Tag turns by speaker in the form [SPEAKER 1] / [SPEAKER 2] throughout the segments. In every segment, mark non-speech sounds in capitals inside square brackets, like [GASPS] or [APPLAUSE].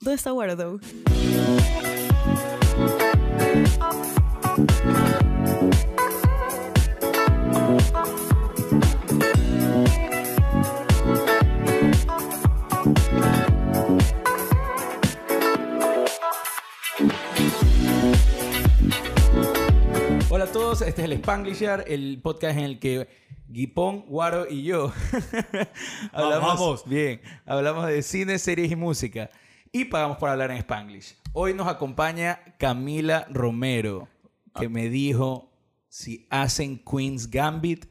[SPEAKER 1] ¿Dónde está Guardado?
[SPEAKER 2] Hola a todos, este es el Spanglishar, el podcast en el que Guipón, Guaro y yo [LAUGHS] hablamos,
[SPEAKER 3] vamos.
[SPEAKER 2] Bien, hablamos de cine, series y música y pagamos por hablar en Spanglish. Hoy nos acompaña Camila Romero, que me dijo, si hacen Queen's Gambit,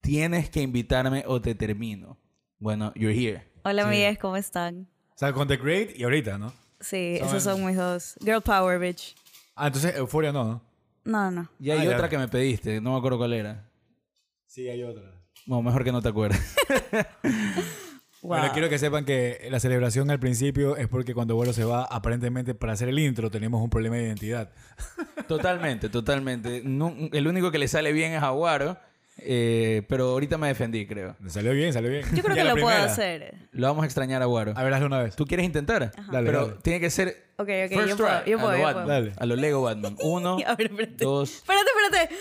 [SPEAKER 2] tienes que invitarme o te termino. Bueno, you're here.
[SPEAKER 1] Hola, amigues, ¿cómo están?
[SPEAKER 3] O sea, con The Great y ahorita, ¿no?
[SPEAKER 1] Sí,
[SPEAKER 3] Son-
[SPEAKER 1] esos son mis dos. Girl Power, bitch.
[SPEAKER 3] Ah, entonces Euforia no, ¿no?
[SPEAKER 1] No, no, no.
[SPEAKER 2] Y hay
[SPEAKER 3] Ah, ya.
[SPEAKER 2] otra que me pediste, no me acuerdo cuál era.
[SPEAKER 3] Sí, hay otra.
[SPEAKER 2] Bueno, mejor que no te acuerdes.
[SPEAKER 1] Wow.
[SPEAKER 3] Pero quiero que sepan que la celebración al principio es porque cuando Güero se va, aparentemente para hacer el intro tenemos un problema de identidad.
[SPEAKER 2] Totalmente, totalmente. Nu- el único que le sale bien es Aguaro, eh, pero ahorita me defendí, creo.
[SPEAKER 3] Salió bien, salió bien.
[SPEAKER 1] Yo creo
[SPEAKER 3] [LAUGHS] Ya
[SPEAKER 1] que
[SPEAKER 3] la
[SPEAKER 1] lo puedo
[SPEAKER 3] primera.
[SPEAKER 1] hacer.
[SPEAKER 2] Lo vamos a extrañar a Aguaro.
[SPEAKER 3] A ver, hazlo una vez.
[SPEAKER 2] ¿Tú quieres intentar?
[SPEAKER 3] Dale,
[SPEAKER 2] pero
[SPEAKER 3] dale.
[SPEAKER 2] tiene que ser
[SPEAKER 1] Ok, ok,
[SPEAKER 2] first
[SPEAKER 1] yo
[SPEAKER 2] try
[SPEAKER 1] puedo, yo
[SPEAKER 2] a
[SPEAKER 1] puedo,
[SPEAKER 2] lo
[SPEAKER 1] yo
[SPEAKER 2] Batman,
[SPEAKER 3] puedo. Dale.
[SPEAKER 2] a lo Lego Batman. Uno,
[SPEAKER 1] [LAUGHS] A ver, espérate.
[SPEAKER 2] dos...
[SPEAKER 1] Espérate, espérate.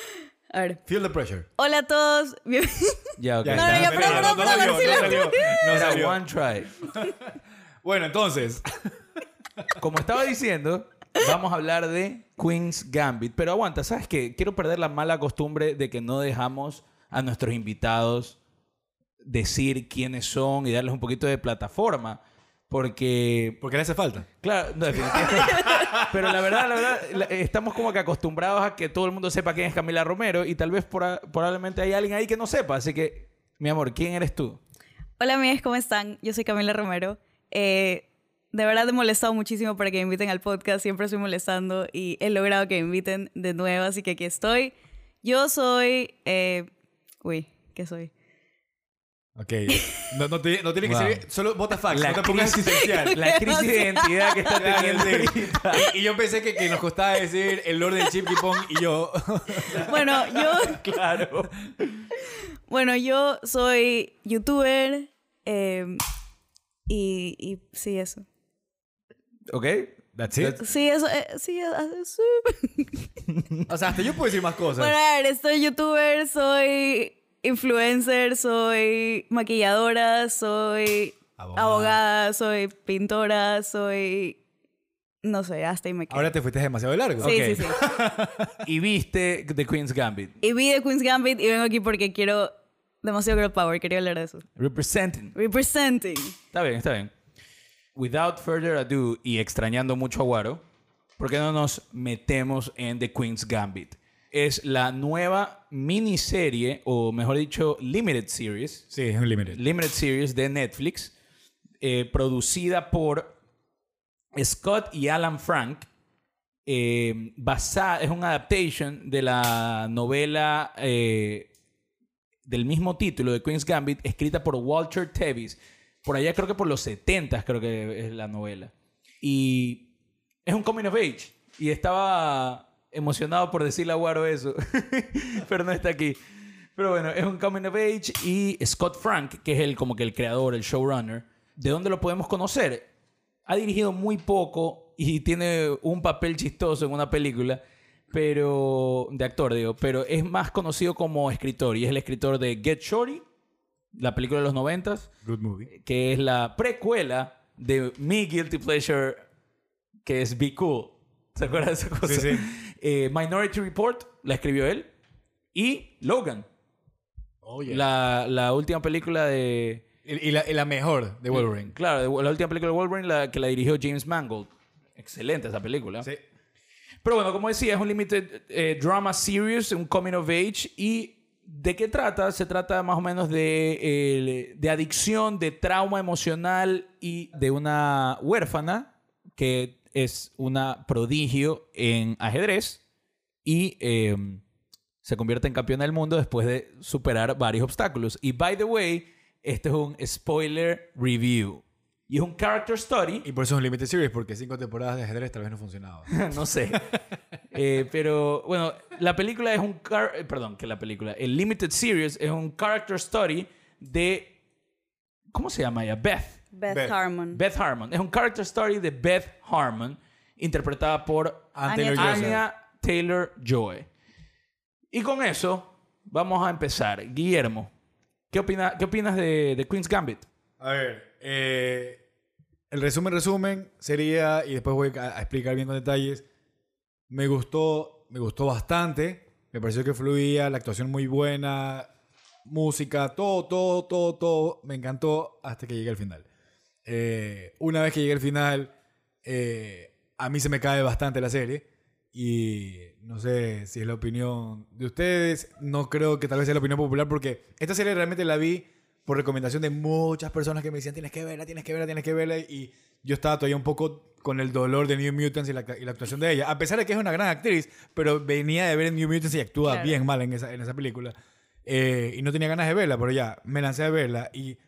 [SPEAKER 1] A ver.
[SPEAKER 3] Feel the pressure.
[SPEAKER 1] Hola a todos. [LAUGHS] Bien-
[SPEAKER 2] Ya, ok.
[SPEAKER 3] Ya
[SPEAKER 1] No,
[SPEAKER 3] está.
[SPEAKER 1] no, ya, pero, pero, pero,
[SPEAKER 3] salió,
[SPEAKER 1] pero, sí la-
[SPEAKER 3] salió, no
[SPEAKER 2] Era
[SPEAKER 3] salió.
[SPEAKER 2] one try.
[SPEAKER 3] Bueno, entonces. [LAUGHS]
[SPEAKER 2] Como estaba diciendo, vamos a hablar de Queen's Gambit. Pero aguanta, ¿sabes qué? Quiero perder la mala costumbre de que no dejamos a nuestros invitados decir quiénes son y darles un poquito de plataforma. Porque
[SPEAKER 3] Porque le hace falta.
[SPEAKER 2] Claro, no, definitivamente. Pero la verdad, la verdad, la- eh, estamos como que acostumbrados a que todo el mundo sepa quién es Camila Romero y tal vez pora- probablemente hay alguien ahí que no sepa. Así que, mi amor, ¿quién eres tú?
[SPEAKER 1] Hola, amigues, ¿cómo están? Yo soy Camila Romero. Eh, de verdad he molestado muchísimo para que me inviten al podcast. Siempre estoy molestando y he logrado que me inviten de nuevo, así que aquí estoy. Yo soy. eh, uy, ¿qué soy?
[SPEAKER 3] Ok. No, no, te- no tiene que
[SPEAKER 2] Wow.
[SPEAKER 3] ser. Solo bota fax.
[SPEAKER 2] La
[SPEAKER 3] no te pongas existencial.
[SPEAKER 2] La crisis de identidad que está
[SPEAKER 3] Claro,
[SPEAKER 2] teniendo.
[SPEAKER 3] sí. y, y yo pensé que, que nos costaba decir el Lord del Chip Pong y yo.
[SPEAKER 1] Bueno, yo.
[SPEAKER 2] Claro.
[SPEAKER 1] Bueno, yo soy youtuber eh, y, y sí, eso.
[SPEAKER 2] ¿Ok?
[SPEAKER 3] That's it.
[SPEAKER 1] Sí, eso, eh, sí, eh, sí.
[SPEAKER 3] O sea, hasta yo puedo decir más cosas.
[SPEAKER 1] Bueno, a ver, estoy youtuber, soy influencer, soy maquilladora, soy abogada,
[SPEAKER 3] Abogada.
[SPEAKER 1] soy pintora, soy... No sé, hasta ahí me quedo.
[SPEAKER 3] Ahora te fuiste demasiado largo.
[SPEAKER 1] sí,
[SPEAKER 2] ok.
[SPEAKER 1] sí, sí.
[SPEAKER 2] Y viste The Queen's Gambit.
[SPEAKER 1] Y vi The Queen's Gambit y vengo aquí porque quiero demasiado girl power, quería hablar de eso.
[SPEAKER 2] Representing.
[SPEAKER 1] Representing.
[SPEAKER 2] Está bien, está bien. Without further ado y extrañando mucho a Guaro, ¿por qué no nos metemos en The Queen's Gambit? Es la nueva miniserie, o mejor dicho, limited series,
[SPEAKER 3] Sí, es un límite.
[SPEAKER 2] limited series de Netflix, eh, producida por Scott y Alan Frank. eh, basa- es una adaptation de la novela eh, del mismo título de Queen's Gambit, escrita por Walter Tevis. Por allá creo que por los 70 creo que es la novela. Y es un coming of age. Y estaba emocionado por decirle a Guaro eso, [LAUGHS] pero no está aquí. Pero bueno, es un coming of age y Scott Frank, que es el como que el creador, el showrunner, ¿de dónde lo podemos conocer? Ha dirigido muy poco y tiene un papel chistoso en una película, pero de actor digo, pero es más conocido como escritor y es el escritor de Get Shorty, la película de los noventas,
[SPEAKER 3] Good movie.
[SPEAKER 2] que es la precuela de mi guilty pleasure, que es Be Cool. ¿Se acuerdan de esa cosa?
[SPEAKER 3] sí.
[SPEAKER 2] Eh, Minority Report la escribió él y Logan,
[SPEAKER 3] Oye.
[SPEAKER 2] la, la última película de
[SPEAKER 3] Y, y la, y la mejor de Wolverine.
[SPEAKER 2] Claro, de- la última película de Wolverine la que la dirigió James Mangold. Excelente esa película.
[SPEAKER 3] Sí.
[SPEAKER 2] Pero bueno, como decía, es un limited eh, drama series, un coming of age. ¿Y de qué trata? Se trata más o menos de, eh, de adicción, de trauma emocional y de una huérfana que es una prodigio en ajedrez y eh, se convierte en campeona del mundo después de superar varios obstáculos. Y by the way, este es un spoiler review. Y es un character story.
[SPEAKER 3] Y por eso es un límite series, porque cinco temporadas de ajedrez tal vez
[SPEAKER 1] [LAUGHS]
[SPEAKER 3] no funcionaba.
[SPEAKER 2] [LAUGHS] no sé. Eh, pero bueno, la película es un... car- eh, perdón, que la película. El Limited Series es un character story de... ¿Cómo se llama ella? Beth.
[SPEAKER 1] Beth,
[SPEAKER 3] Beth.
[SPEAKER 1] Harmon.
[SPEAKER 2] Beth Harmon. Es un character story de Beth Harmon, interpretada por
[SPEAKER 1] Anya
[SPEAKER 3] Antes lo
[SPEAKER 1] Taylor-Joy.
[SPEAKER 2] Anya Taylor Joy. Y con eso vamos a empezar. Guillermo, ¿qué, opina- qué opinas de, de Queen's Gambit?
[SPEAKER 3] A ver, eh, el resumen, resumen sería, y después voy a, a explicar bien con detalles, me gustó, me gustó bastante, me pareció que fluía, la actuación muy buena, música, todo, todo, todo, todo, me encantó hasta que llegué al final. Eh, una vez que llegué al final, eh, a mí se me cae bastante la serie. Y no sé si es la opinión de ustedes. No creo que tal vez sea la opinión popular porque esta serie realmente la vi por recomendación de muchas personas que me decían tienes que verla, tienes que verla, tienes que verla. Y yo estaba todavía un poco con el dolor de New Mutants y la, y la actuación de ella. A pesar de que es una gran actriz, pero venía de ver New Mutants y actúa
[SPEAKER 1] Claro.
[SPEAKER 3] bien mal en esa, en esa película. Eh, y no tenía ganas de verla, pero ya me lancé a verla. Y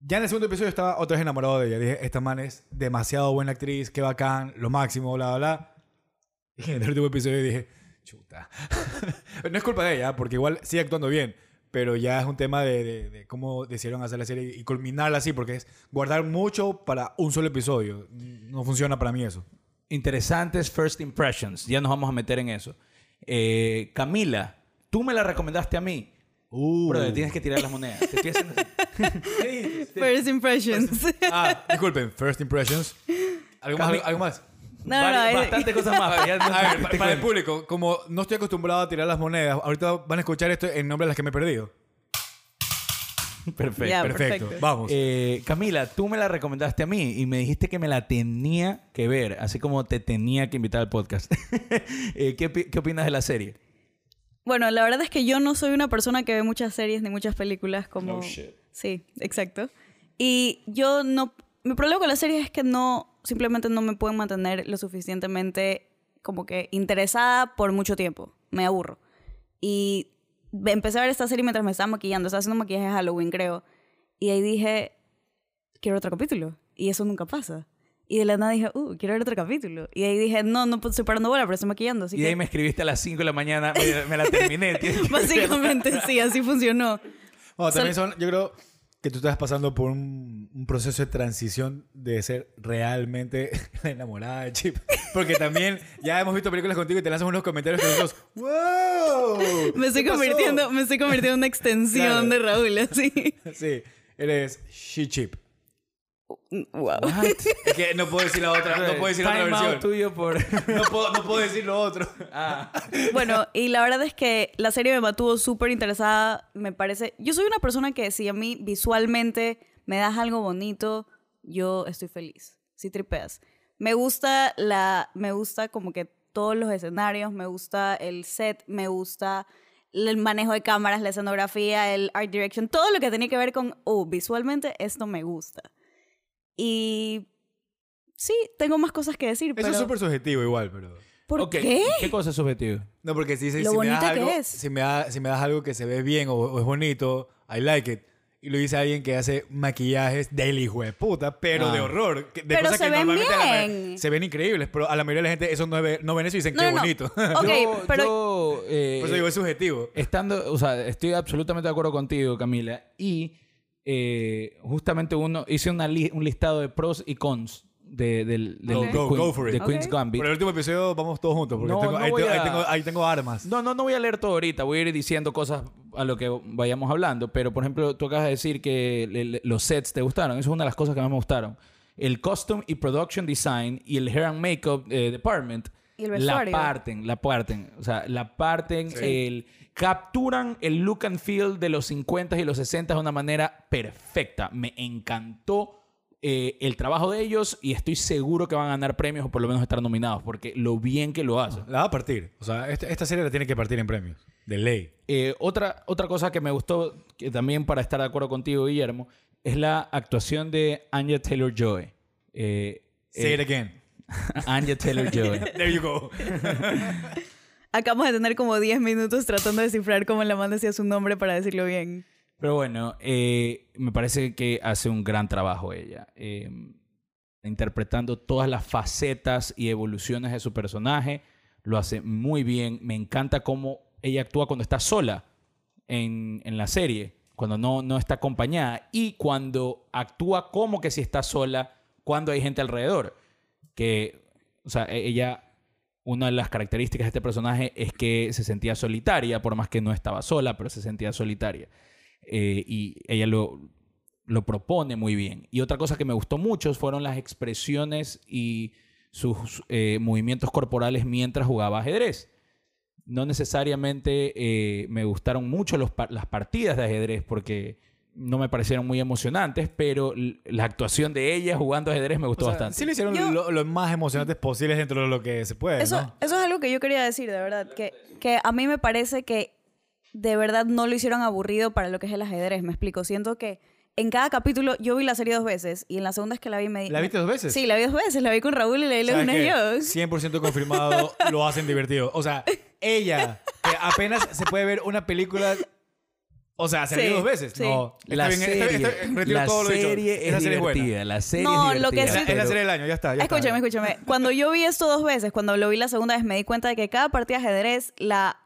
[SPEAKER 3] ya en el segundo episodio estaba otra vez enamorado de ella. Dije, esta man es demasiado buena actriz, qué bacán, lo máximo, bla, bla, bla. Y en el último episodio dije, chuta. [LAUGHS] no es culpa de ella, porque igual sigue actuando bien. Pero ya es un tema de, de- de cómo decidieron hacer la serie y culminarla así, porque es guardar mucho para un solo episodio. No funciona para mí eso.
[SPEAKER 2] Interesantes first impressions. Ya nos vamos a meter en eso. Eh, Camila, tú me la recomendaste a mí.
[SPEAKER 3] Uh.
[SPEAKER 2] Brother, tienes que tirar las monedas. Te estoy
[SPEAKER 3] [LAUGHS]
[SPEAKER 2] haciendo-
[SPEAKER 1] First impressions. [LAUGHS]
[SPEAKER 3] Ah, disculpen, First Impressions. ¿Algo más?
[SPEAKER 2] Cami-
[SPEAKER 3] ¿Algo más?
[SPEAKER 1] No, no,
[SPEAKER 2] Vari-
[SPEAKER 1] no, es-
[SPEAKER 2] Bastantes cosas más. Ya no-
[SPEAKER 3] A ver,
[SPEAKER 2] te
[SPEAKER 3] pa- para,
[SPEAKER 2] cuento.
[SPEAKER 3] el público, como no estoy acostumbrado a tirar las monedas, ahorita van a escuchar esto en nombre de las que me he perdido.
[SPEAKER 2] Ah, Perfecto.
[SPEAKER 1] Ya,
[SPEAKER 3] perfecto,
[SPEAKER 1] perfecto.
[SPEAKER 3] vamos.
[SPEAKER 2] Eh, Camila, tú me la recomendaste a mí y me dijiste que me la tenía que ver, así como te tenía que invitar al podcast. [LAUGHS] Eh, ¿qué, opi- qué opinas de la serie?
[SPEAKER 1] Bueno, la verdad es que yo no soy una persona que ve muchas series ni muchas películas como...
[SPEAKER 2] No shit.
[SPEAKER 1] Sí, exacto. Y yo no... Mi problema con las series es que no... Simplemente no me pueden mantener lo suficientemente como que interesada por mucho tiempo. Me aburro. Y ve- empecé a ver esta serie mientras me estaba maquillando. Estaba haciendo maquillaje de Halloween, creo. Y ahí dije, quiero otro capítulo. Y eso nunca pasa. Y de la nada dije, uh, quiero ver otro capítulo. Y ahí dije, no, no estoy parando bola, pero estoy maquillando. Así
[SPEAKER 2] y
[SPEAKER 1] que...
[SPEAKER 2] de ahí me escribiste a las 5 de la mañana, me, me la
[SPEAKER 1] [LAUGHS]
[SPEAKER 2] terminé. tienes que verla.
[SPEAKER 1] Básicamente sí, así funcionó.
[SPEAKER 3] Bueno, también son, yo creo que tú estás pasando por un, un proceso de transición de ser realmente [LAUGHS] la enamorada de Chip. Porque también ya hemos visto películas contigo y te lanzas unos comentarios que nosotros, ¡Wow!
[SPEAKER 1] Me estoy
[SPEAKER 3] ¿qué pasó?"
[SPEAKER 1] convirtiendo, me estoy convirtiendo en una extensión
[SPEAKER 3] Claro.
[SPEAKER 1] de Raúl, así.
[SPEAKER 3] Sí, eres She Chip.
[SPEAKER 1] Wow.
[SPEAKER 3] Es que no puedo decir la otra, no puedo decir la otra
[SPEAKER 2] Time out
[SPEAKER 3] versión.
[SPEAKER 2] tuyo por...
[SPEAKER 3] No puedo, no puedo decir lo otro.
[SPEAKER 2] Ah.
[SPEAKER 1] Bueno, y la verdad es que la serie me mantuvo súper interesada, me parece. Yo soy una persona que si a mí visualmente me das algo bonito, yo estoy feliz. Si tripeas. Me gusta la me gusta como que todos los escenarios, me gusta el set, me gusta el manejo de cámaras, la escenografía, el art direction, todo lo que tenía que ver con, oh, visualmente esto me gusta. Y sí, tengo más cosas que decir,
[SPEAKER 3] Eso
[SPEAKER 1] pero
[SPEAKER 3] es súper subjetivo igual, pero...
[SPEAKER 1] ¿por
[SPEAKER 2] Ok,
[SPEAKER 1] qué?
[SPEAKER 2] ¿Qué cosa es subjetivo?
[SPEAKER 3] No, porque si, si,
[SPEAKER 1] Lo
[SPEAKER 3] si me das
[SPEAKER 1] bonita que
[SPEAKER 3] algo,
[SPEAKER 1] es.
[SPEAKER 3] Si, me da- si me das algo que se ve bien o, o es bonito, I like it. Y lo dice alguien que hace maquillajes del hijo de puta, pero
[SPEAKER 2] Ah.
[SPEAKER 3] de horror. que- De
[SPEAKER 1] Pero
[SPEAKER 3] cosas
[SPEAKER 1] se
[SPEAKER 3] que
[SPEAKER 1] ven
[SPEAKER 3] normalmente a la ma-
[SPEAKER 1] bien.
[SPEAKER 3] se ven increíbles, pero a la mayoría de la gente eso no, ve- no ven eso y dicen
[SPEAKER 1] No,
[SPEAKER 3] qué
[SPEAKER 1] no, no.
[SPEAKER 3] bonito. [LAUGHS]
[SPEAKER 1] Ok,
[SPEAKER 2] Yo-
[SPEAKER 1] pero
[SPEAKER 2] yo, eh,
[SPEAKER 3] Por eso digo, es subjetivo.
[SPEAKER 2] Estando, o sea, estoy absolutamente de acuerdo contigo, Camila. Y eh, justamente uno hice una li- un listado de pros y cons de, del- del-
[SPEAKER 1] Ok.
[SPEAKER 2] de
[SPEAKER 3] Go- go for it.
[SPEAKER 2] de Queen's
[SPEAKER 1] Ok.
[SPEAKER 2] Gambit.
[SPEAKER 3] Por el último episodio vamos todos juntos, porque
[SPEAKER 2] No,
[SPEAKER 3] tengo-
[SPEAKER 2] no
[SPEAKER 3] ahí,
[SPEAKER 2] voy
[SPEAKER 3] tengo, ahí
[SPEAKER 2] a-
[SPEAKER 3] tengo- ahí tengo armas.
[SPEAKER 2] No, no, no voy a leer todo ahorita. Voy a ir diciendo cosas a lo que vayamos hablando. Pero, por ejemplo, tú acabas de decir que le- le- los sets te gustaron. Eso es una de las cosas que más me gustaron. El costume y production design y el hair and makeup eh, department.
[SPEAKER 1] Y el
[SPEAKER 2] la
[SPEAKER 1] vestuario.
[SPEAKER 2] parten, la parten. O sea, la parten.
[SPEAKER 1] Sí.
[SPEAKER 2] El, capturan el look and feel de los 50s y los 60s de una manera perfecta. Me encantó eh, el trabajo de ellos y estoy seguro que van a ganar premios o por lo menos estar nominados porque lo bien que lo hacen.
[SPEAKER 3] La va a partir. O sea, esta, esta serie la tiene que partir en premios. De ley.
[SPEAKER 2] Eh, otra, otra cosa que me gustó, que también para estar de acuerdo contigo, Guillermo, es la actuación de Anya Taylor Joy.
[SPEAKER 3] Say
[SPEAKER 2] [LAUGHS]
[SPEAKER 3] it again.
[SPEAKER 2] Anya Taylor Joy.
[SPEAKER 3] There you [LAUGHS] go.
[SPEAKER 1] Acabamos de tener como 10 minutos tratando de descifrar cómo la man decía su nombre para decirlo bien.
[SPEAKER 2] Pero bueno, eh, me parece que hace un gran trabajo ella, eh, interpretando todas las facetas y evoluciones de su personaje. Lo hace muy bien. Me encanta cómo ella actúa cuando está sola en, en la serie. cuando no, no está acompañada y cuando actúa como que si está sola, cuando hay gente alrededor. Que, o sea, e- ella, una de las características de este personaje es que se sentía solitaria, por más que no estaba sola, pero se sentía solitaria. Eh, y ella lo, lo propone muy bien. Y otra cosa que me gustó mucho fueron las expresiones y sus eh, movimientos corporales mientras jugaba ajedrez. No necesariamente eh, me gustaron mucho los pa- las partidas de ajedrez porque no me parecieron muy emocionantes, pero l- la actuación de ella jugando ajedrez me gustó
[SPEAKER 3] O sea,
[SPEAKER 2] bastante.
[SPEAKER 3] Sí le hicieron
[SPEAKER 1] Yo-
[SPEAKER 3] lo, lo más emocionantes posibles dentro de lo que se puede,
[SPEAKER 1] Eso,
[SPEAKER 3] ¿no?
[SPEAKER 1] eso es algo que yo quería decir, de verdad, que, que a mí me parece que de verdad no lo hicieron aburrido para lo que es el ajedrez, me explico. Siento que en cada capítulo yo vi la serie dos veces y en la segunda es que la vi me...
[SPEAKER 3] ¿La viste dos veces?
[SPEAKER 1] Sí, la vi dos veces, la vi con Raúl y la vi
[SPEAKER 3] O sea,
[SPEAKER 1] una
[SPEAKER 3] que
[SPEAKER 1] yo.
[SPEAKER 3] 100% confirmado, lo hacen divertido. O sea, ella, que apenas se puede ver una película. O sea, se la
[SPEAKER 1] Sí,
[SPEAKER 3] vi dos veces.
[SPEAKER 1] sí.
[SPEAKER 3] No, está
[SPEAKER 2] la
[SPEAKER 3] bien, está-
[SPEAKER 2] serie,
[SPEAKER 3] está- retiro
[SPEAKER 2] la
[SPEAKER 3] todo lo dicho.
[SPEAKER 2] serie
[SPEAKER 3] Esa
[SPEAKER 2] es
[SPEAKER 3] serie buena.
[SPEAKER 2] divertida, la serie
[SPEAKER 1] No,
[SPEAKER 2] es
[SPEAKER 1] lo que
[SPEAKER 2] divertida.
[SPEAKER 1] sí-
[SPEAKER 3] Es la- Es la
[SPEAKER 2] pero-
[SPEAKER 3] serie del año, ya está. ya está.
[SPEAKER 1] Escúchame, escúchame. Cuando yo vi esto dos veces, cuando lo vi la segunda vez, me di cuenta de que cada partida de ajedrez la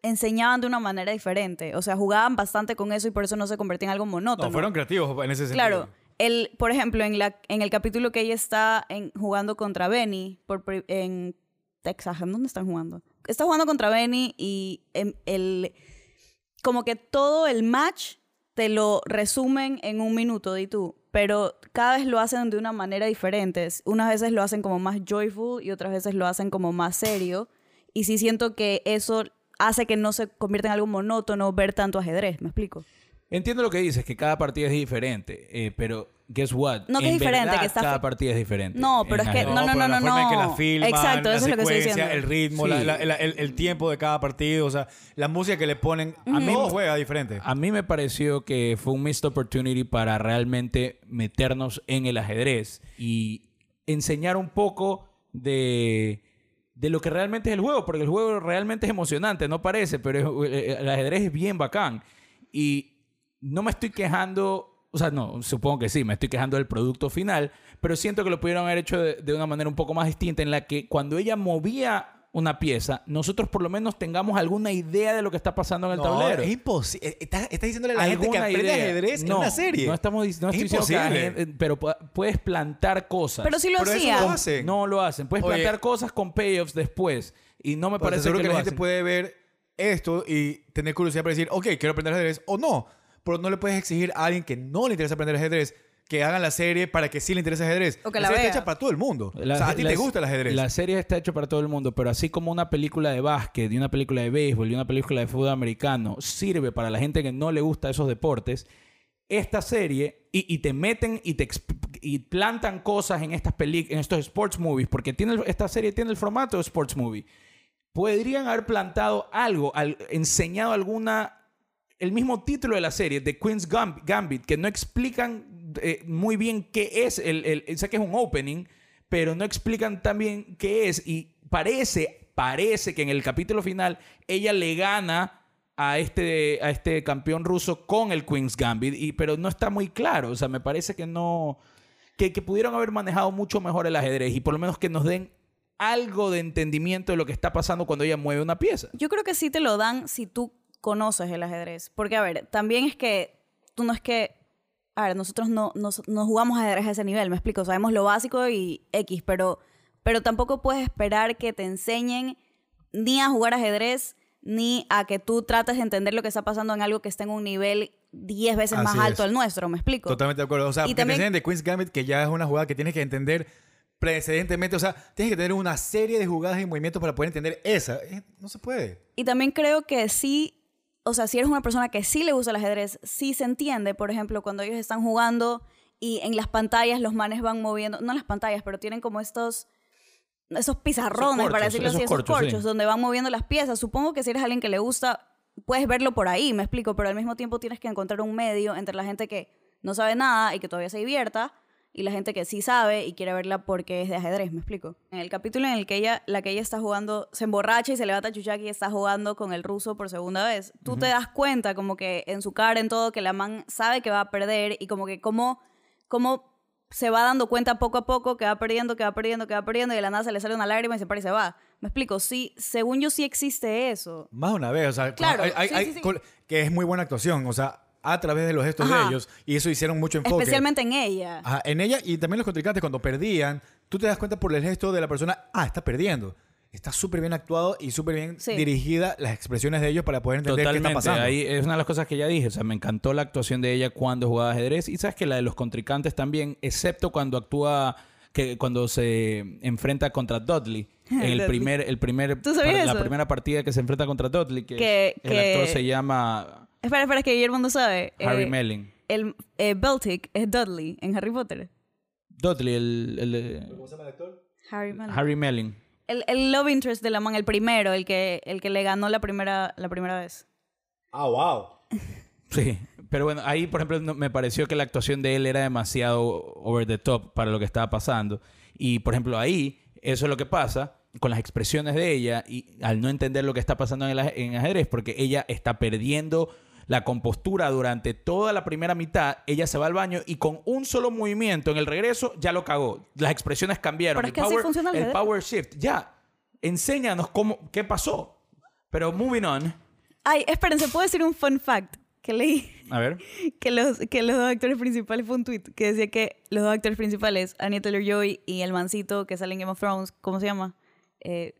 [SPEAKER 1] enseñaban de una manera diferente. O sea, jugaban bastante con eso y por eso no se convertía en algo monótono.
[SPEAKER 3] No, fueron creativos en ese sentido.
[SPEAKER 1] Claro. El, por ejemplo, en, la, en el capítulo que ella está en- jugando contra Benny por, pri- en Texas, ¿en dónde están jugando? Está jugando contra Benny y em, el, como que todo el match te lo resumen en un minuto, di tú. Pero cada vez lo hacen de una manera diferente. Unas veces lo hacen como más joyful y otras veces lo hacen como más serio. Y sí siento que eso hace que no se convierta en algo monótono ver tanto ajedrez, ¿me explico?
[SPEAKER 2] Entiendo lo que dices, que cada partida es diferente, eh, pero guess what?
[SPEAKER 1] No que es
[SPEAKER 2] En
[SPEAKER 1] diferente,
[SPEAKER 2] verdad,
[SPEAKER 1] que está
[SPEAKER 2] cada
[SPEAKER 1] fe-
[SPEAKER 2] partida es diferente.
[SPEAKER 1] No, pero
[SPEAKER 2] en
[SPEAKER 1] es que
[SPEAKER 2] ajedrez.
[SPEAKER 1] no, no,
[SPEAKER 3] pero
[SPEAKER 1] no,
[SPEAKER 3] la
[SPEAKER 1] no,
[SPEAKER 3] forma en que
[SPEAKER 1] no.
[SPEAKER 3] la filman,
[SPEAKER 1] Exacto,
[SPEAKER 3] la
[SPEAKER 1] eso es lo que estoy
[SPEAKER 3] secuencia,
[SPEAKER 1] diciendo.
[SPEAKER 3] El ritmo, la-
[SPEAKER 2] Sí.
[SPEAKER 3] la- la- el, el tiempo de cada partido, o sea, la música que le ponen. A mí
[SPEAKER 2] Ujú.
[SPEAKER 3] juega diferente.
[SPEAKER 2] A mí me pareció que fue un missed opportunity para realmente meternos en el ajedrez y enseñar un poco de, de lo que realmente es el juego, porque el juego realmente es emocionante, no parece, pero es- eh, el ajedrez es bien bacán. Y no me estoy quejando, o sea, no, supongo que sí, me estoy quejando del producto final, pero siento que lo pudieron haber hecho de, de una manera un poco más distinta, en la que cuando ella movía una pieza, nosotros por lo menos tengamos alguna idea de lo que está pasando en el tablero.
[SPEAKER 3] Es imposible. Estás está diciéndole a la gente que
[SPEAKER 2] ¿Alguna
[SPEAKER 3] aprende
[SPEAKER 2] idea?
[SPEAKER 3] ajedrez en
[SPEAKER 2] No,
[SPEAKER 3] una serie.
[SPEAKER 2] No estamos dic- no
[SPEAKER 3] Es
[SPEAKER 2] estoy diciendo que
[SPEAKER 3] imposible.
[SPEAKER 2] ajedrez- pero pu- puedes plantar cosas.
[SPEAKER 1] Pero sí lo
[SPEAKER 3] Pero eso
[SPEAKER 1] hacía.
[SPEAKER 3] lo hacen.
[SPEAKER 2] No lo hacen. Puedes
[SPEAKER 3] Oye.
[SPEAKER 2] plantar cosas con payoffs después. Y no me
[SPEAKER 3] Pero
[SPEAKER 2] parece que,
[SPEAKER 3] seguro Pues que,
[SPEAKER 2] lo
[SPEAKER 3] la gente
[SPEAKER 2] hacen.
[SPEAKER 3] puede ver esto y tener curiosidad para decir, ok, quiero aprender ajedrez o no. Pero no le puedes exigir a alguien que no le interesa aprender ajedrez que hagan la serie para que sí le interese ajedrez.
[SPEAKER 1] O que la
[SPEAKER 3] serie
[SPEAKER 1] vea.
[SPEAKER 3] está hecha para todo el mundo.
[SPEAKER 2] La-
[SPEAKER 3] o sea, a ti
[SPEAKER 2] la-
[SPEAKER 3] te gusta el ajedrez.
[SPEAKER 2] La serie está hecha para todo el mundo, pero así como una película de básquet, y una película de béisbol, y una película de fútbol americano sirve para la gente que no le gusta esos deportes, esta serie y, y te meten y te exp- y plantan cosas en estas peli- en estos sports movies, porque tiene el- esta serie tiene el formato de sports movie. Podrían haber plantado algo, al- enseñado alguna el mismo título de la serie, The Queen's Gam- Gambit, que no explican eh, muy bien qué es. El, el- sé que es un opening, pero no explican también qué es. Y parece, parece que en el capítulo final ella le gana a este, a este campeón ruso con el Queen's Gambit, y, pero no está muy claro. O sea, me parece que no. Que, que pudieron haber manejado mucho mejor el ajedrez y por lo menos que nos den algo de entendimiento de lo que está pasando cuando ella mueve una pieza.
[SPEAKER 1] Yo creo que sí te lo dan si tú conoces el ajedrez. Porque, a ver, también es que tú no es que. A ver, nosotros no, no, no jugamos ajedrez a ese nivel, me explico. Sabemos lo básico y X, pero, pero tampoco puedes esperar que te enseñen ni a jugar ajedrez, ni a que tú trates de entender lo que está pasando en algo que está en un nivel 10 veces más
[SPEAKER 3] Así
[SPEAKER 1] alto
[SPEAKER 3] es.
[SPEAKER 1] al nuestro, me explico.
[SPEAKER 3] Totalmente de acuerdo. O sea,
[SPEAKER 1] Y
[SPEAKER 3] que
[SPEAKER 1] también-
[SPEAKER 3] te enseñen de Queen's Gambit, que ya es una jugada que tienes que entender precedentemente. O sea, tienes que tener una serie de jugadas y movimientos para poder entender esa. Eh, no se puede.
[SPEAKER 1] Y también creo que sí, o sea, si eres una persona que sí le gusta el ajedrez, sí se entiende, por ejemplo, cuando ellos están jugando y en las pantallas los manes van moviendo, no las pantallas, pero tienen como estos esos pizarrones,
[SPEAKER 2] Esos
[SPEAKER 1] para
[SPEAKER 2] corchos,
[SPEAKER 1] decirlo así,
[SPEAKER 2] esos
[SPEAKER 1] esos
[SPEAKER 2] corchos,
[SPEAKER 1] corchos,
[SPEAKER 2] sí.
[SPEAKER 1] donde van moviendo las piezas. Supongo que si eres alguien que le gusta, puedes verlo por ahí, me explico, pero al mismo tiempo tienes que encontrar un medio entre la gente que no sabe nada y que todavía se divierta y la gente que sí sabe y quiere verla porque es de ajedrez, me explico. En el capítulo en el que ella, la que ella está jugando, se emborracha y se levanta a Chuchaki y está jugando con el ruso por segunda vez, tú te das cuenta como que en su cara, en todo, que la man sabe que va a perder y como que cómo, cómo se va dando cuenta poco a poco que va perdiendo, que va perdiendo, que va perdiendo y de la nada se le sale una lágrima y se para y se va. Me explico, sí, según yo sí existe eso.
[SPEAKER 3] Más una vez, o sea,
[SPEAKER 1] Claro,
[SPEAKER 3] hay- hay-
[SPEAKER 1] sí,
[SPEAKER 3] hay
[SPEAKER 1] sí, sí.
[SPEAKER 3] col- que es muy buena actuación, o sea, a través de los gestos
[SPEAKER 1] Ajá.
[SPEAKER 3] de ellos. Y eso hicieron mucho enfoque.
[SPEAKER 1] Especialmente en ella.
[SPEAKER 2] Ah.
[SPEAKER 3] Ajá, en ella y también los contrincantes cuando perdían, tú te das cuenta por el gesto de la persona, ah, está perdiendo. Está súper bien actuado y súper bien
[SPEAKER 1] Sí.
[SPEAKER 3] dirigida las expresiones de ellos para poder entender qué está
[SPEAKER 2] Totalmente.
[SPEAKER 3] pasando.
[SPEAKER 2] Ahí es una de las cosas que ya dije. O sea, me encantó la actuación de ella cuando jugaba ajedrez. Y sabes que la de los contrincantes también, excepto cuando actúa, que cuando se enfrenta contra Dudley.
[SPEAKER 1] [LAUGHS]
[SPEAKER 2] En el
[SPEAKER 1] Dudley.
[SPEAKER 2] primer, el primer,
[SPEAKER 1] ¿Tú sabías
[SPEAKER 2] la
[SPEAKER 1] eso?
[SPEAKER 2] primera partida que se enfrenta contra Dudley, que,
[SPEAKER 1] Que-
[SPEAKER 2] el
[SPEAKER 1] que-
[SPEAKER 2] actor se llama
[SPEAKER 1] Espera, espera, que Guillermo no sabe.
[SPEAKER 2] Harry
[SPEAKER 1] Eh,
[SPEAKER 2] Melling.
[SPEAKER 1] El eh, Baltic es Dudley en Harry Potter.
[SPEAKER 2] Dudley, el, el- el-
[SPEAKER 1] Harry Melling.
[SPEAKER 2] Harry Melling.
[SPEAKER 1] El, el love interest de la man, el primero, el que, el que le ganó la primera, la primera vez.
[SPEAKER 3] Ah, wow.
[SPEAKER 2] Sí. Pero bueno, ahí, por ejemplo, no- me pareció que la actuación de él era demasiado over the top para lo que estaba pasando. Y, por ejemplo, ahí, eso es lo que pasa con las expresiones de ella y al no entender lo que está pasando en, el aje- en ajedrez, porque ella está perdiendo la compostura durante toda la primera mitad, ella se va al baño y con un solo movimiento en el regreso ya lo cagó. Las expresiones cambiaron.
[SPEAKER 1] Pero es que así funciona el
[SPEAKER 2] el
[SPEAKER 1] ajedrez.
[SPEAKER 2] power shift. Ya, enséñanos cómo, qué pasó. Pero moving on.
[SPEAKER 1] Ay, espérense, puedo decir un fun fact que leí.
[SPEAKER 2] A ver.
[SPEAKER 1] que los, que los dos actores principales fue un tweet que decía que los dos actores principales, Anya Taylor Joy y el mancito que sale en Game of Thrones, ¿cómo se llama? Eh,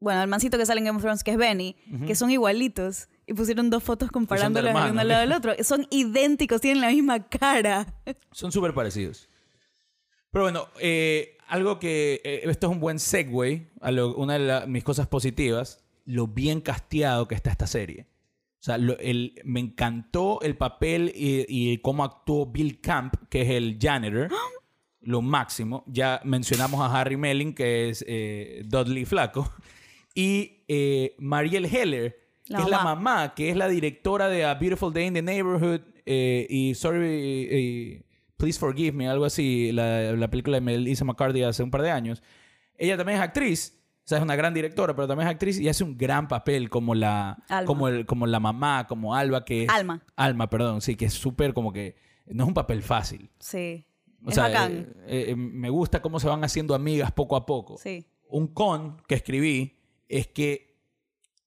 [SPEAKER 1] bueno, el mancito que sale en Game of Thrones, que es Benny, que son igualitos. Y pusieron dos fotos comparándolas el uno
[SPEAKER 2] hermanos.
[SPEAKER 1] al lado del otro. Son idénticos, tienen la misma cara.
[SPEAKER 2] Son súper parecidos. Pero bueno, eh, algo que... eh, esto es un buen segue a lo- una de la- mis cosas positivas. Lo bien casteado que está esta serie. O sea, lo- el- me encantó el papel y, y cómo actuó Bill Camp, que es el
[SPEAKER 1] [GASPS]
[SPEAKER 2] janitor. Lo máximo. Ya mencionamos a Harry Melling, que es eh, Dudley Flaco. Y eh, Marielle Heller,
[SPEAKER 1] La
[SPEAKER 2] que es la
[SPEAKER 1] mamá.
[SPEAKER 2] mamá mamá, que es la directora de A Beautiful Day in the Neighborhood eh, y Sorry, eh, Please Forgive Me, algo así, la, la película de Melissa McCarthy hace un par de años. Ella también es actriz, o sea, es una gran directora, pero también es actriz y hace un gran papel como la,
[SPEAKER 1] Alma.
[SPEAKER 2] como el- como la mamá, como Alba, que es...
[SPEAKER 1] Alma.
[SPEAKER 2] Alma, perdón, sí, que es súper como que... No es un papel fácil.
[SPEAKER 1] Sí.
[SPEAKER 2] O
[SPEAKER 1] es
[SPEAKER 2] sea,
[SPEAKER 1] bacán.
[SPEAKER 2] eh, eh, me gusta cómo se van haciendo amigas poco a poco
[SPEAKER 1] sí.
[SPEAKER 2] un con que escribí es que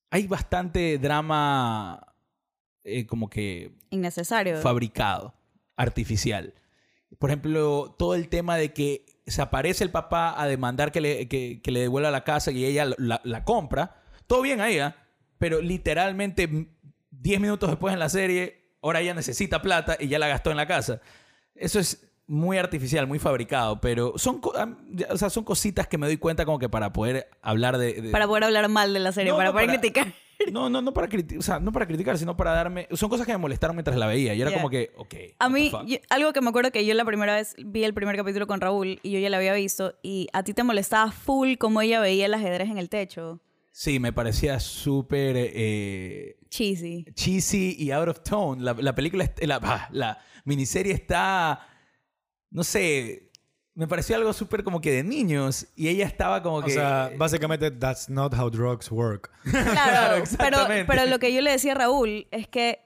[SPEAKER 2] hay bastante drama eh, como que
[SPEAKER 1] Innecesario.
[SPEAKER 2] fabricado, artificial. Por ejemplo, todo el tema de que se aparece el papá a demandar que le, que, que le devuelva la casa y ella la, la compra. Todo bien ahí, ¿ah? pero literalmente m- 10 minutos después en la serie, ahora ella necesita plata y ya la gastó en la casa. Eso es muy artificial, muy fabricado, pero son, co- am- ya- o sea, son cositas que me doy cuenta como que para poder hablar de... de-
[SPEAKER 1] para poder hablar mal de la serie,
[SPEAKER 2] No,
[SPEAKER 1] para
[SPEAKER 2] no,
[SPEAKER 1] poder
[SPEAKER 2] para-
[SPEAKER 1] criticar.
[SPEAKER 2] [LAUGHS] No, no, no para, criti- o sea, no para criticar, sino para darme... Son cosas que me molestaron mientras la veía y era
[SPEAKER 1] Ya.
[SPEAKER 2] como que, ok. what
[SPEAKER 1] A
[SPEAKER 2] the
[SPEAKER 1] mí,
[SPEAKER 2] fuck.
[SPEAKER 1] yo- algo que me acuerdo que yo la primera vez vi el primer capítulo con Raúl y yo ya la había visto y a ti te molestaba full cómo ella veía el ajedrez en el techo.
[SPEAKER 2] Sí, me parecía súper eh,
[SPEAKER 1] Cheesy.
[SPEAKER 2] cheesy y out of tone. La, la película, est- la, bah, la miniserie está, no sé, me pareció algo súper como que de niños y ella estaba como
[SPEAKER 3] O
[SPEAKER 2] que...
[SPEAKER 3] sea, básicamente, that's not how drugs work.
[SPEAKER 1] Claro, pero,
[SPEAKER 2] exactamente.
[SPEAKER 1] pero lo que yo le decía a Raúl es que,